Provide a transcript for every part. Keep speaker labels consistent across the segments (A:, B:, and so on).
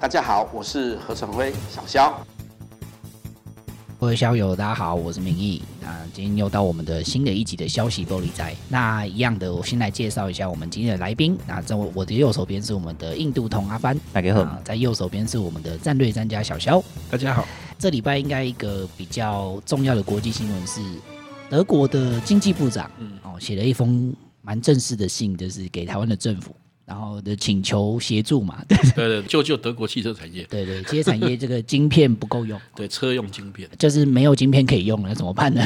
A: 大家好，我是何成辉，小肖。
B: 各位校友，大家好，我是明义。那今天又到我们的新的一集的消息玻璃仔。那一样的，我先来介绍一下我们今天的来宾。那在我的右手边是我们的印度同阿帆，
C: 大家好
B: 啊在右手边是我们的战略专家小肖。
D: 大家好，
B: 这礼拜应该一个比较重要的国际新闻是，德国的经济部长，嗯，哦，写了一封蛮正式的信，就是给台湾的政府，然后的请求协助嘛。 对
D: 对对，救救德国汽车产业，
B: 对对，这些产业这个晶片不够用，
D: 对车用晶片，
B: 就是没有晶片可以用了，怎么办呢？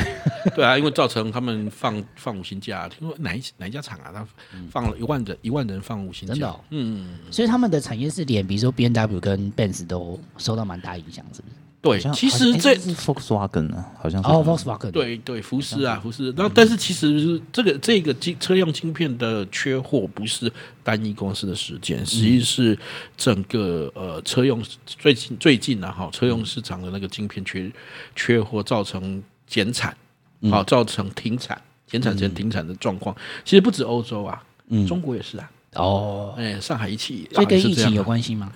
D: 对啊，因为造成他们放放无薪假，听说哪一哪一家厂啊，他放了一万人，一万人放无薪
B: 真的
D: 假，
B: 哦
D: 嗯，
B: 所以他们的产业是连，比如说 B N W 跟 Benz 都受到蛮大影响，是不是？
D: 对，其实这
C: 诶是嗯 Volkswagen 啊，好像是
B: 哦，Volkswagen，，
D: 对对福斯啊福斯，那但是其实这个这个晶车用晶片的缺货不是单一公司的事件，实
B: 嗯
D: 际是整个呃车用最近最近啊哈车用市场的那个晶片缺缺货造成减产，
B: 嗯
D: 好、造成停产。减产前停产的状况，其实不止欧洲啊，中国也是啊，
B: 哦，
D: 哎，上海一汽，
B: 嗯所以跟
D: 也是
B: 疫
D: 这样
B: 情有
D: 啊。
B: 关系吗？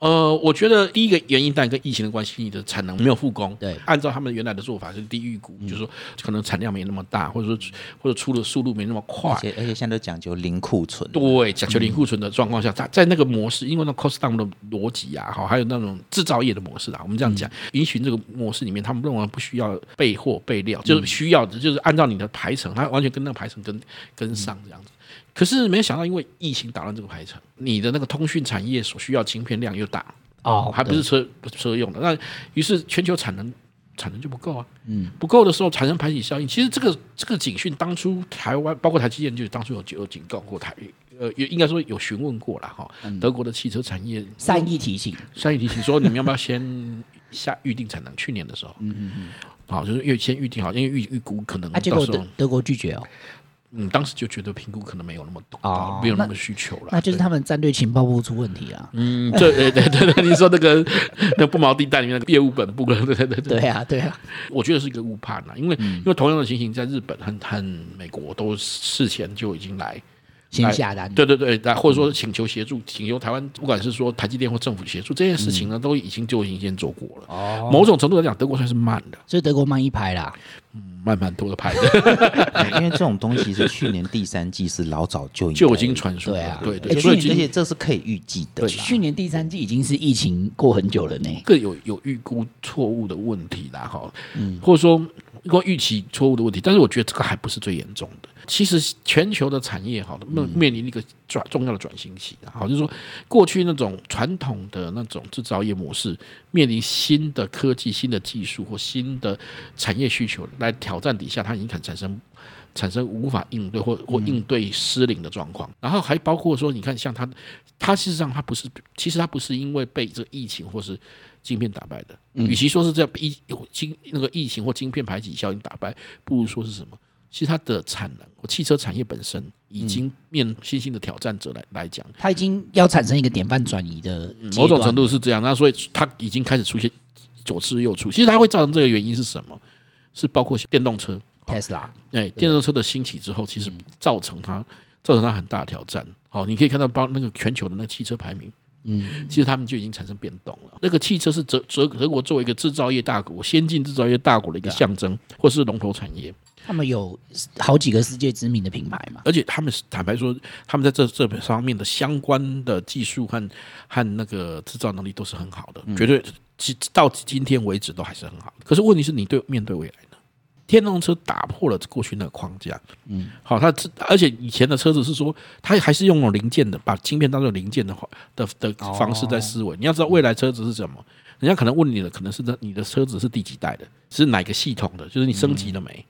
D: 呃，我觉得第一个原因当然跟疫情的关系，你的产能没有复工。
B: 对
D: 按照他们原来的做法是低预估，
C: 嗯
D: 就是说可能产量没那么大，或者说或者出的速度没那么快
C: 而。且而且现在都讲究零库存，
D: 对，讲求零库存的状况下，在在那个模式，因为那 cost down 的逻辑啊，好，还有那种制造业的模式啊，我们这样讲，
C: 嗯
D: 允许这个模式里面，他们认为不需要备货备
C: 嗯
D: 料，就是需要的，就是按照你的排程，它完全跟那个排程跟跟
C: 嗯
D: 上这样子。可是没有想到，因为疫情打乱这个排程，你的那个通讯产业所需要晶片量又大，
B: 哦，
D: 还不是
B: 对
D: 车不是车用的。那于是全球产能产能就不够啊，嗯，不够的时候产生排挤效应。其实这个这个警讯，当初台湾包括台积电，就是当初有有警告过台，呃，也应该说有询问过了哈。
B: 嗯
D: 德国的汽车产业
B: 善意提醒，
D: 善意提醒说，你们要不要先 下预定产能？去年的时候，嗯嗯嗯。好，就是预先预定好，因为预预估可能
B: 啊，结果
D: 到时候
B: 德，德国拒绝哦，
D: 嗯，当时就觉得评估可能没有那么多，
B: 哦
D: 没有那么需求了。
B: 那就是他们战略情报部出问题啊了。
D: 嗯，这对对对对，你说那个 那不毛地带里面那个业务本部了，对对对对
B: 对啊，对啊，
D: 我觉得是一个误判啦，因为、因为同样的情形在日本和和美国都事前就已经来，
B: 先下单，
D: 对对对，来或者说请求协助，请求台湾，不管是说台积电或政府协助这件事情呢，都已经就已经先做过了。哦，某种程度来讲，德国算是慢的，
B: 所以德国慢一拍啦。
D: 慢慢多的拍的，
C: 哎因为这种东西是去年第三季是老早就应该
D: 就已经传输
B: 对啊
D: 了，对
C: 而
D: 对，
C: 且
D: 所以
C: 去年而
D: 今
C: 且这是可以预计的啦，
B: 去年第三季已经是疫情过很久了呢。
D: 各有有预估错误的问题啦，哈，或者说或预期错误的问题，但是我觉得这个还不是最严重的。其实全球的产业哈，面面临一个转重要的转型期啦，好，就是说过去那种传统的那种制造业模式，面临新的科技、新的技术或新的产业需求来挑战底下，它已经产生产生无法应对或或应对失灵的状况。然后还包括说，你看像它，它事实上它不是，其实它不是因为被这个疫情或是晶片打败的，与其说是这样疫晶那个疫情或晶片排挤效应打败，不如说是什么？其实它的产能，或汽车产业本身已经面新兴的挑战者来来讲，
B: 它已经要产生一个典范转移的阶
D: 嗯某种
B: 段
D: 程度是这样。那所以它已经开始出现左吃右出。其实它会造成这个原因是什么？是包括电动车，
B: Tesla
D: 哎，电动车的兴起之后，其实造成它造成它很大的挑战。好，你可以看到包那个全球的那个汽车排名，嗯，其实他们就已经产生变动了。那个汽车是德德德国作为一个制造业大国、先进制造业大国的一个象征，或是龙头产业，
B: 他们有好几个世界知名的品牌嘛，
D: 而且他们是坦白说，他们在这这方面的相关的技术和和那个制造能力都是很好的，
B: 嗯
D: 绝对其到今天为止都还是很好的。可是问题是你对面对未来呢？电动车打破了过去那个框架，嗯，好，它自而且以前的车子是说，它还是用了零件的，把晶片当做零件的话的的方式
B: 哦
D: 在思维。你要知道未来车子是什么，人家可能问你的可能是你的车子是第几代的，是哪个系统的，就是你升级了没？一
B: 嗯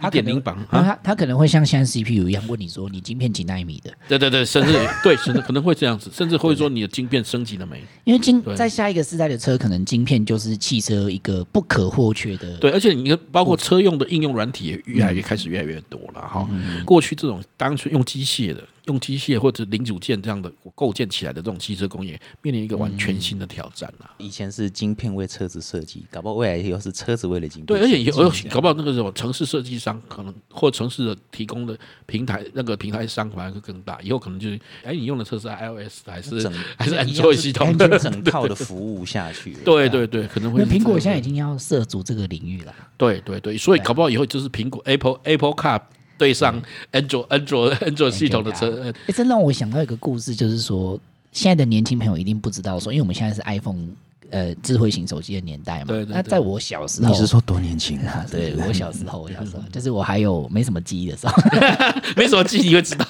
B: 它可
D: 点
B: 能
D: 零版啊
B: 那它它可能会像现在 CPU 一样问你说你晶片几纳米的，
D: 对对对，甚至对，甚至可能会这样子，甚至会说你的晶片升级了没？
B: 因为晶
D: 对
B: 在下一个世代的车，可能晶片就是汽车一个不可或缺的。
D: 对，而且你看，包括车用的应用软体也越来越开始越来越多了哈。过去这种单纯用机械的、用机械或者零组件这样的构建起来的这种汽车工业，面临一个完全新的挑战了。
C: 以前是晶片为车子设计，搞不好未来以后是车子为了晶片
D: 对，
C: 设
D: 而
C: 计。
D: 且有搞不好那个什么城市设计商可能或城市的提供的平台那个平台商反而会更大，以后可能就是哎，你用的车是 iOS 还是
C: 整
D: 还是
C: 一样
D: Android 系统？
C: 完全整套的服务下去。
D: 对对对，可能
B: 因为
D: 会
B: 苹果
D: 是这
B: 现在
D: 样
B: 已经要涉足这个领域了。
D: 对对对，所以搞不好以后就是苹果 Apple Apple Car 对上
B: 嗯
D: Android Android Android 系统的车，呃
B: 哎、这让我想到一个故事，就是说现在的年轻朋友一定不知道说，因为我们现在是 iPhone 呃智慧型手机的年代嘛。
D: 对对对
B: 那在我小时候，
C: 你是说多年轻啊
B: 啊？对我小时候，我小时候就是我还有没什么记忆的时 候，
D: 没什么记忆你会 知道。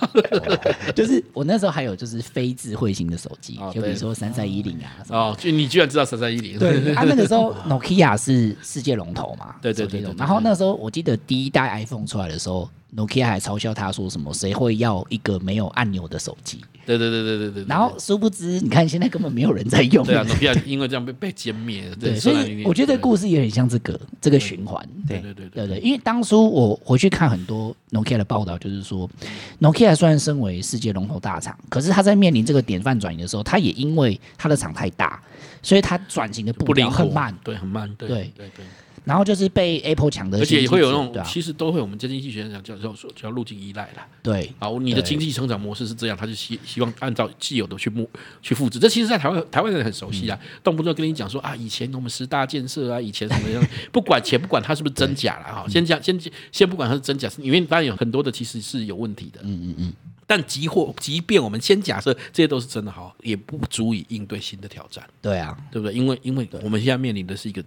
B: 就是我那时候还有就是非智慧型的手机，
D: 哦
B: 就比
D: 对
B: 如说三三一零啊什么。
D: 哦，就你居然知道三三一零？
B: 对，啊，那个时候 Nokia 是世界龙头嘛，
D: 对对
B: 手机
D: 对
B: 龙
D: 对对
B: 然后那时候我记得第一代 iPhone 出来的时候，Nokia 还嘲笑他说什么谁会要一个没有按钮的手机？
D: 对对对对对对。
B: 然后殊不知，你看现在根本没有人在用。
D: 对啊，诺基亚因为这样被被歼灭了。
B: 对，
D: 对，
B: 所
D: 虽然有
B: 以
D: 点
B: 我觉得这故事也很像这个这个循环。
D: 对对对对
B: 对对，因为当初我回去看很多 Nokia 的报道，就是说 Nokia 虽然身为世界龙头大厂，可是它在面临这个典范转移的时候，它也因为它的厂太大，所以它转型的步
D: 不灵
B: 调
D: 活
B: 很慢，
D: 对，很慢，对
B: 对
D: 对对。
B: 然后就是被 Apple 抢的，
D: 而且也会有那
B: 对
D: 种，
B: 啊
D: 其实都会我们经济学家讲叫说叫路径依赖啦。
B: 对
D: 好，你的经济成长模式是这样，他就希希望按照既有的去目去复制。这其实，在台湾台湾人很熟悉啊，动不动跟你讲说啊，以前我们十大建设啊，以前什么样， 不管钱，不管它是不是真假啦，哈，先讲先先不管它是真假，是因为当然有很多的其实是有问题的，嗯嗯嗯。但即或即便我们先假设这些都是真的，好，也不足以应对新的挑战。
B: 对啊，
D: 对不对？因为因为我们现在面临的是一个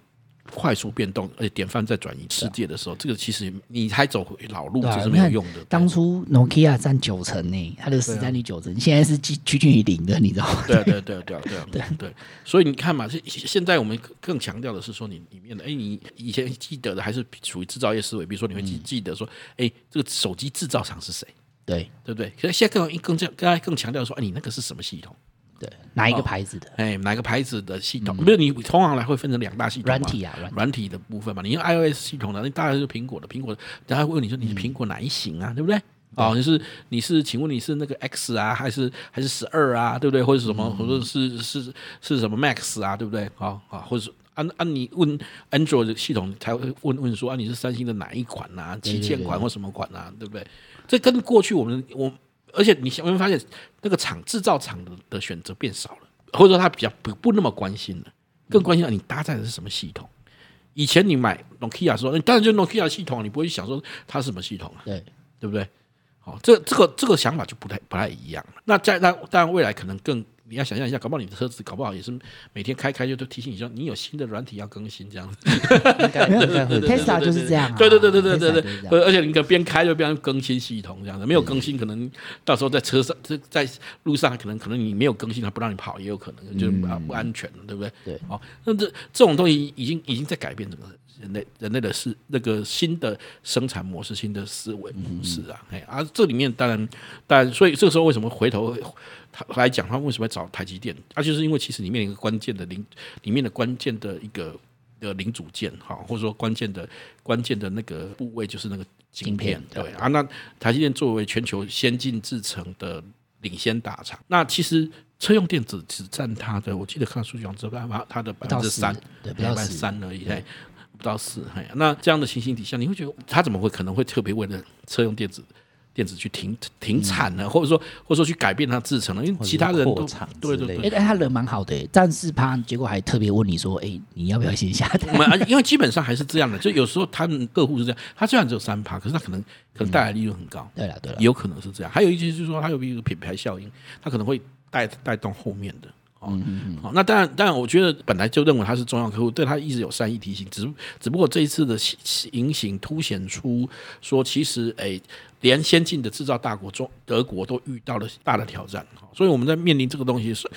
D: 快速变动，而且典范在转移世界的时候，这个其实你还走回老路，
B: 对啊
D: 这是没有用的。
B: 当初 Nokia 占九成呢，它的市
D: 啊
B: 占率九成，现在是趋趋近于零的，你知道吗？
D: 对啊对对对对对对，所以你看嘛，现现在我们更强调的是说，你里面的哎，你以前记得的还是属于制造业思维，比如说你会记
B: 嗯
D: 记得说，哎，这个手机制造厂是谁，
B: 对
D: 对不对？可是现在更更加更加更强调说，哎，你那个是什么系统？
B: 对，哪一个牌子的？
D: 哎，哪个牌子的系统？没有，你通常来会分成两大系统嘛，
B: 嗯软体啊软体
D: 软体的部分嘛。你用 iOS 系统的，那当然是苹果的，苹果的，然后会问你说你是苹果哪一型啊，对不对？哦，你是你是，请问你是那个 X 啊，还是还是十二啊，对不对？或者是什么，或者是是是什么 Max 啊，对不对？好啊，或者是按按你问 Android 的系统才会问问说啊，你是三星的哪一款啊，旗舰款或什么款啊，对不对？这跟过去我们我，而且你想有没有发现，那个厂制造厂的的选择变少了，或者说他比较不不那么关心了，更关心到你搭载的是什么系统。以前你买 Nokia 的时候，你当然就 Nokia 系统，你不会想说它是什么系统啊，
B: 对
D: 对不对？好、这这个这个想法就不太不太一样了。那在那当然未来可能更你要想象一下，搞不好你的车子搞不好也是每天开开就都提醒你说你有新的软体要更新这样子。
C: 应该
B: 没有
C: 应该会
B: Tesla 就是这样啊
D: 对对对对对
B: Tesla
D: 对
B: 就是这
D: 对，
B: 样
D: 而而且你可能边开就边更新系统这样子，没有更新可能到时候在车上在在路上可能可能你没有更新，它不让你跑也有可能，就是不不安全，对不对？
B: 对
D: 哦，那这这种东西已经已经在改变整个人类人类的是那个新的生产模式、新的思维模式
B: 嗯
D: 啊，哎啊，这里面当然当然，所以这个时候为什么回头他来讲，他为什么要找台积电？啊，就是因为其实里面有一个关键的零，里面的关键的一个的零组件哈，或者说关键的关键的那个部位就是那个晶片，
B: 晶片
D: 对啊。那台积电作为全球先进制程的领先大厂，那其实车用电子只占它的，我记得看数据好像只占它的百
B: 到
D: 分之三
B: 10%，对不
D: 百
B: 到
D: 分之
B: 10%
D: 三而已，哎，不到四，哎，那这样的情形底下，你会觉得它怎么会可能会特别为了车用电子？电子去停停产呢，或者说或者说去改变它制成呢？因为其他人
C: 嗯或
D: 都
C: 者是扩厂
D: 对对
C: 之类的
D: 对，
B: 哎、但他人蛮好的、但是他结果还特别问你说，哎、你要不要先下
D: 我
B: 单？
D: 们啊因为基本上还是这样的，就有时候他们客户是这样，他虽然只有三趴，可是他可能可能带来利润很高，
B: 对了对了，
D: 有可能是这样。还有一些就是说，它有一个品牌效应，它可能会带带动后面的。哦，好、那当然，当然，我觉得本来就认为他是重要客户，对他一直有善意提醒，只不只不过这一次的影响凸显出说，其实诶、连先进的制造大国中德国都遇到了大的挑战，哦所以我们在面临这个东西的时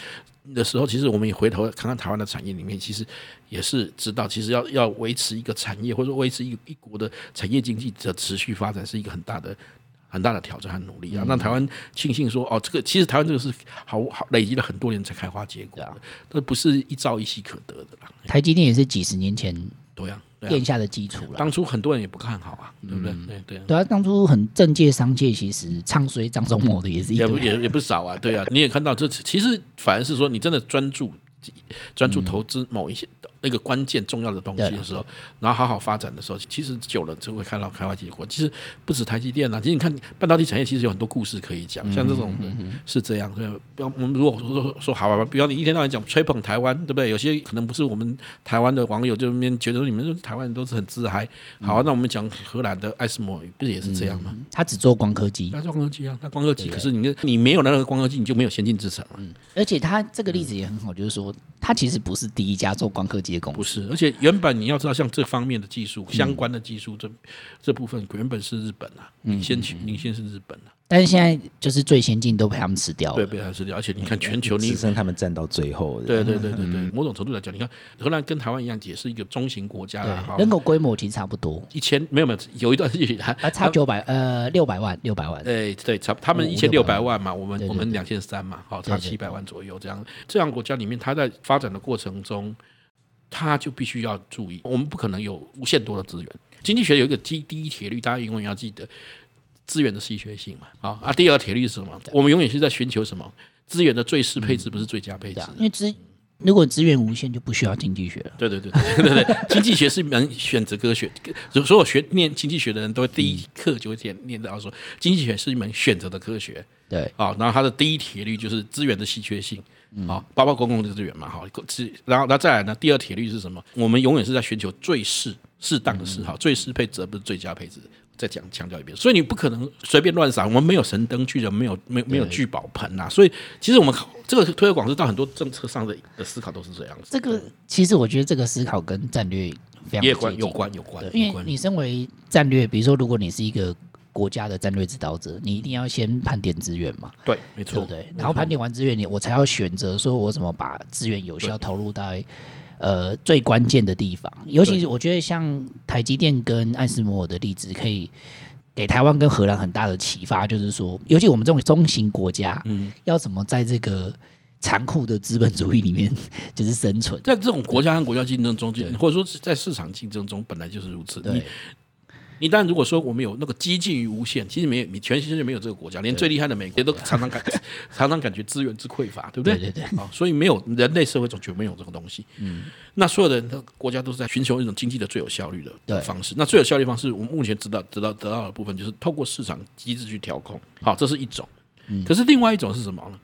D: 的时候，其实我们也回头看看台湾的产业里面，其实也是知道，其实要要维持一个产业或者说维持一个一国的产业经济的持续发展，是一个很大的很大的挑战和努力啊。那台湾庆幸说，哦，这个其实台湾这个是好好累积了很多年才开花结果的，这不是一朝一夕可得的啦。
B: 台积电也是几十年前
D: 对啊，对
B: 垫
D: 啊，
B: 下的基础了。
D: 当初很多人也不看好啊，对不对？对对啊。
B: 对啊，当初很政界、商界其实唱衰张忠谋的也是一
D: 也不
B: 堆，
D: 也也不少啊，对啊，你也看到这，其实反而是说你真的专注专注投资某一些，那个关键重要的东西的时候，然后好好发展的时候，其实久了就会看到开花结果。其实不止台积电啊，其实你看半导体产业，其实有很多故事可以讲，像这种的是这样。所以不要我们如果说说说好吧，不要你一天到晚讲吹捧台湾，对不对？有些可能不是我们台湾的网友就那边觉得你们台湾人都是很自嗨。好、啊，那我们讲荷兰的艾斯摩不是也是这样吗？
B: 他只做光刻机，
D: 那光刻机啊，那光嗯刻机，可是你那你没有那个光刻机，你就没有先进制程了。
B: 而且他这个例子也很好，就是说他其实不是第一家做光刻机的公司
D: 嗯不。是，而且原本你要知道，像这方面的技术、相关的技术这这部分，原本是日本啊，领先去领先是日本啊，
B: 但是现在就是最先进都被他们吃掉
D: 对，
B: 了。
D: 被还是了解。你看全球你
C: 只。剩他们站到最后的。
D: 对对对对对，某种程度来讲，你看荷兰跟台湾一样，也是一个中型国家啦。哈
B: 人口规模其实差不多，
D: 一千没有没有，有一段是以来，
B: 啊，差九百呃六百万六百万，
D: 对哎对，差不他们
B: 五
D: 一
B: 六百
D: 千六
B: 万
D: 百万嘛，我们
B: 对对
D: 我们两千三嘛，好，差
B: 对对
D: 七百万左右这样。这样国家里面，它在发展的过程中，它就必须要注意，我们不可能有无限多的资源。经济学有一个第第一铁律，大家永远要记得，资源的稀缺性嘛。好啊，第二铁律是什么？我们永远是在寻求什么？资源的最适配置，不是最佳配置
B: 对。啊，因为资如果资源无限就不需要经济学了。
D: 对对对对对对，经济学是一门选择科学，所有学念经济学的人都会第
B: 嗯
D: 一课就会念念到说，经济学是一门选择的科学。
B: 对，
D: 啊、然后它的第一铁律就是资源的稀缺性，啊、包括公共的资源嘛，好，资，然后那再来呢，第二铁律是什么？我们永远是在寻求最适适当的适
B: 嗯
D: 好，最适配置而不是最佳配置。再讲强调一遍，所以你不可能随便乱撒，我们没有神灯巨人，没有没有没有聚宝盆呐、所以其实我们这个推广是到很多政策上的的思考都是这样子，
B: 这个其实我觉得这个思考跟战略非常接
D: 也有关
B: 近
D: 有关有
B: 对，
D: 关有
B: 因为
D: 关。
B: 你身为战略，比如说如果你是一个国家的战略指导者，你一定要先盘点资源嘛，
D: 对，没
B: 对
D: 错，
B: 不对？然后盘点完资源，你我才要选择说我怎么把资源有效投入到呃最关键的地方。尤其是我觉得像台积电跟艾斯摩尔的例子，可以给台湾跟荷兰很大的启发，就是说，尤其我们这种中型国家，嗯，要怎么在这个残酷的资本主义里面 就是生存？
D: 在这种国家和国家竞争中间，或者说是在市场竞争中，本来就是如此。
B: 对
D: 你你当然如果说我们有那个接近于无限，其实没有，你全世界没有这个国家，连最厉害的美国也都常常感 常常感觉资源之匮乏，对不对？
B: 对对
D: 对。啊，所以没有人类社会中就没有这个东西。嗯。那所有的人的国家都是在寻求一种经济的最有效率
B: 对
D: 的方式。那最有效率方式，我们目前知道得到得到的部分就是透过市场机制去调控。好，这是一种。
B: 嗯
D: 可是另外一种是什么呢？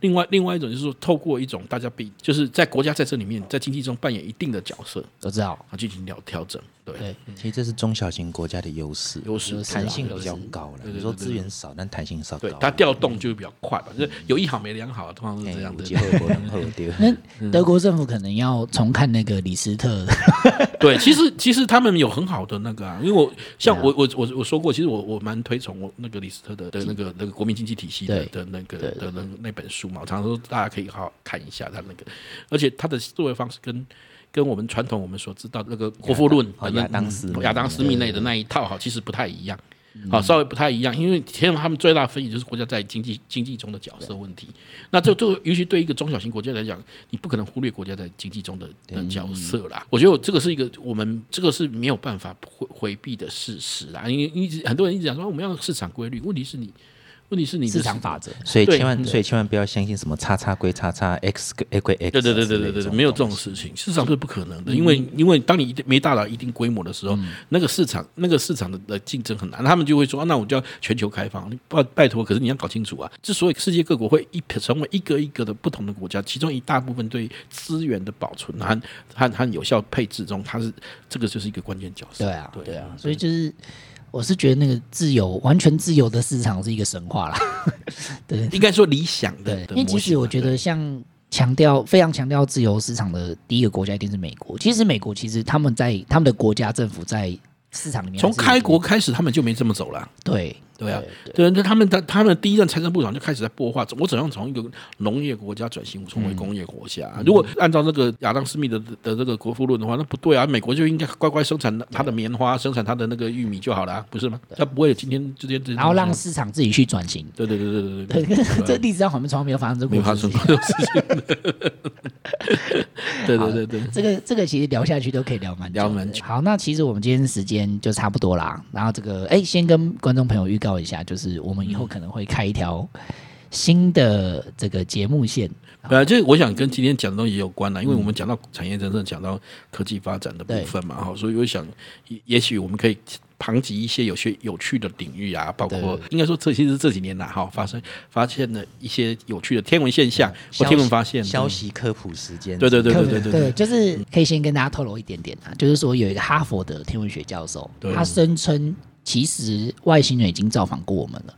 D: 另外，另外一种就是说，透过一种大家比，就是在国家在这里面，在经济中扮演一定的角色，
B: 我知道，
D: 啊，进行调调整，对，
B: 对，
C: 其实这是中小型国家的优势，
D: 嗯
C: 啊
D: 优势
C: 弹性比较高了。
D: 对对对
C: 你说
D: 对对
C: 资源少，但弹性少高啊哎
D: 对，。它调
B: 嗯
D: 动就会比较快吧，就是有一好没两好，通常是这
B: 哎
D: 样的。
C: 结合国能后丢。
B: 那德国政府可能要重看那个李斯特，
D: 对，其实其实他们有很好的那个啊，因为我像我我我我说过，其实我我蛮推崇我那个李斯特的的那个那个国民经济体系的的那个的那那本书嘛，我常常说大家可以好好看一下他那个，而且他的作为方式跟。跟我们传统我们所知道的那个国富论
C: 哦
D: 的那嗯
C: 亚当斯密
D: 亚当斯密内的那一套哈，其实不太一样，
C: 嗯
D: 好稍微不太一样，因为天他们最大的分野就是国家在经济经济中的角色问题。那这这，尤其对一个中小型国家来讲，你不可能忽略国家在经济中的的角色啦。
B: 嗯
D: 我觉得这个是一个我们这个是没有办法回回避的事实啦。因为一直很多人一直讲说我们要市场规律，问题是你，问题是你的
B: 市场法则。
C: 所以
D: 对
C: 千万，所以千万不要相信什么叉叉归叉叉，x 归 x 归 x 啊。
D: 对对对对
C: 之类
D: 对
C: 的
D: 对
C: 这
D: 对，
C: 种
D: 没有这
C: 东
D: 种事情，市场是不可
B: 嗯
D: 能的，因为因为当你一定没大到一定规模的时候，那个市场那个市场的的竞争很难，他们就会说，啊那我就要全球开放，你拜拜托，可是你要搞清楚啊，之所以世界各国会一成为一个一个的不同的国家，其中一大部分对资源的保存和和和有效配置中，它是这个就是一个关键角色，
B: 对啊，对
D: 对
B: 啊，所以就是，我是觉得那个自由、完全自由的市场是一个神话啦。
D: 应该说理想的
B: 对，
D: 的
B: 因为
D: 模
B: 其实
D: 型
B: 我
D: 嘛
B: 觉
D: 对
B: 得像强调非常强调自由市场的第一个国家一定是美国。其实美国其实他们在他们的国家政府在市场里面
D: 从
B: 还是有
D: 开国开始，他们就没这么走了啊、
B: 哎对
D: 对啊，对，那他们他他们第一任财政部长就开始在擘画，我怎样从一个农业国家转型成
B: 嗯
D: 为工业国家、啊如果按照那个亚当斯密的的的这个国富论的话，那不对啊，美国就应该乖乖生产它的棉花，生产它的那个玉米就好了啊、不是吗？它不会有今天之间这些东西啊，
B: 然后让市场自己去转型。
D: 对对对对对对
B: 对， 这历史上好像从来没有发生这
D: 没有
B: 过
D: 发
B: 事
D: 生
B: 情。
D: 过这种事 情。对对对对，
B: 这个这个其实聊下去都可以聊蛮久的
D: 聊蛮久
B: 好，那其实我们今天时间就差不多啦。然后这个，哎，先跟观众朋友预告一下，就是我们以后可能会开一条新的这个节目线。
D: 本来呃这我想跟今天讲的东西也有关啦，因为我们讲到产业真正讲到科技发展的部分嘛，哈，所以我想，也也许我们可以旁及一些有些有趣的领域啊，包括应该说这其实这几年啦，哈，发生发现了一些有趣的天文现象或天文发现，
C: 消息科普时间，
D: 对对对对对对
B: 对，就是可以先跟大家透露一点点啊，就是说有一个哈佛的天文学教授，
D: 对
B: 他声称其实外星人已经造访过我们了。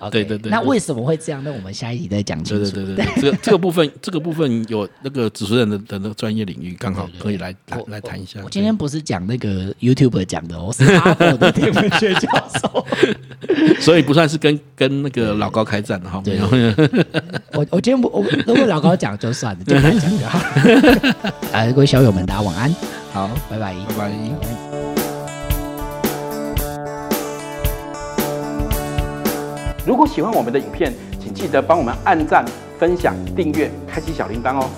B: OK，
D: 对对对
B: 那为什么会这样？那我们下一集再讲清
D: 对
B: 楚。
D: 对对对对，这个这个部分这个部分有那个主持人的的那个专业领域，刚好可以来来来谈一下。
B: 我今天不是讲那个 YouTube 讲的哦，我是哈佛的天文学教 授。
D: 所以不算是跟跟那个老高开战了哈，没有
B: 我我今天不，我如果老高讲就算了，就 他讲就好。啊，各位小友们，大家晚安，好，拜拜，
D: 拜拜。
A: 如果喜欢我们的影片，请记得帮我们按赞、分享、订阅、开启小铃铛哦。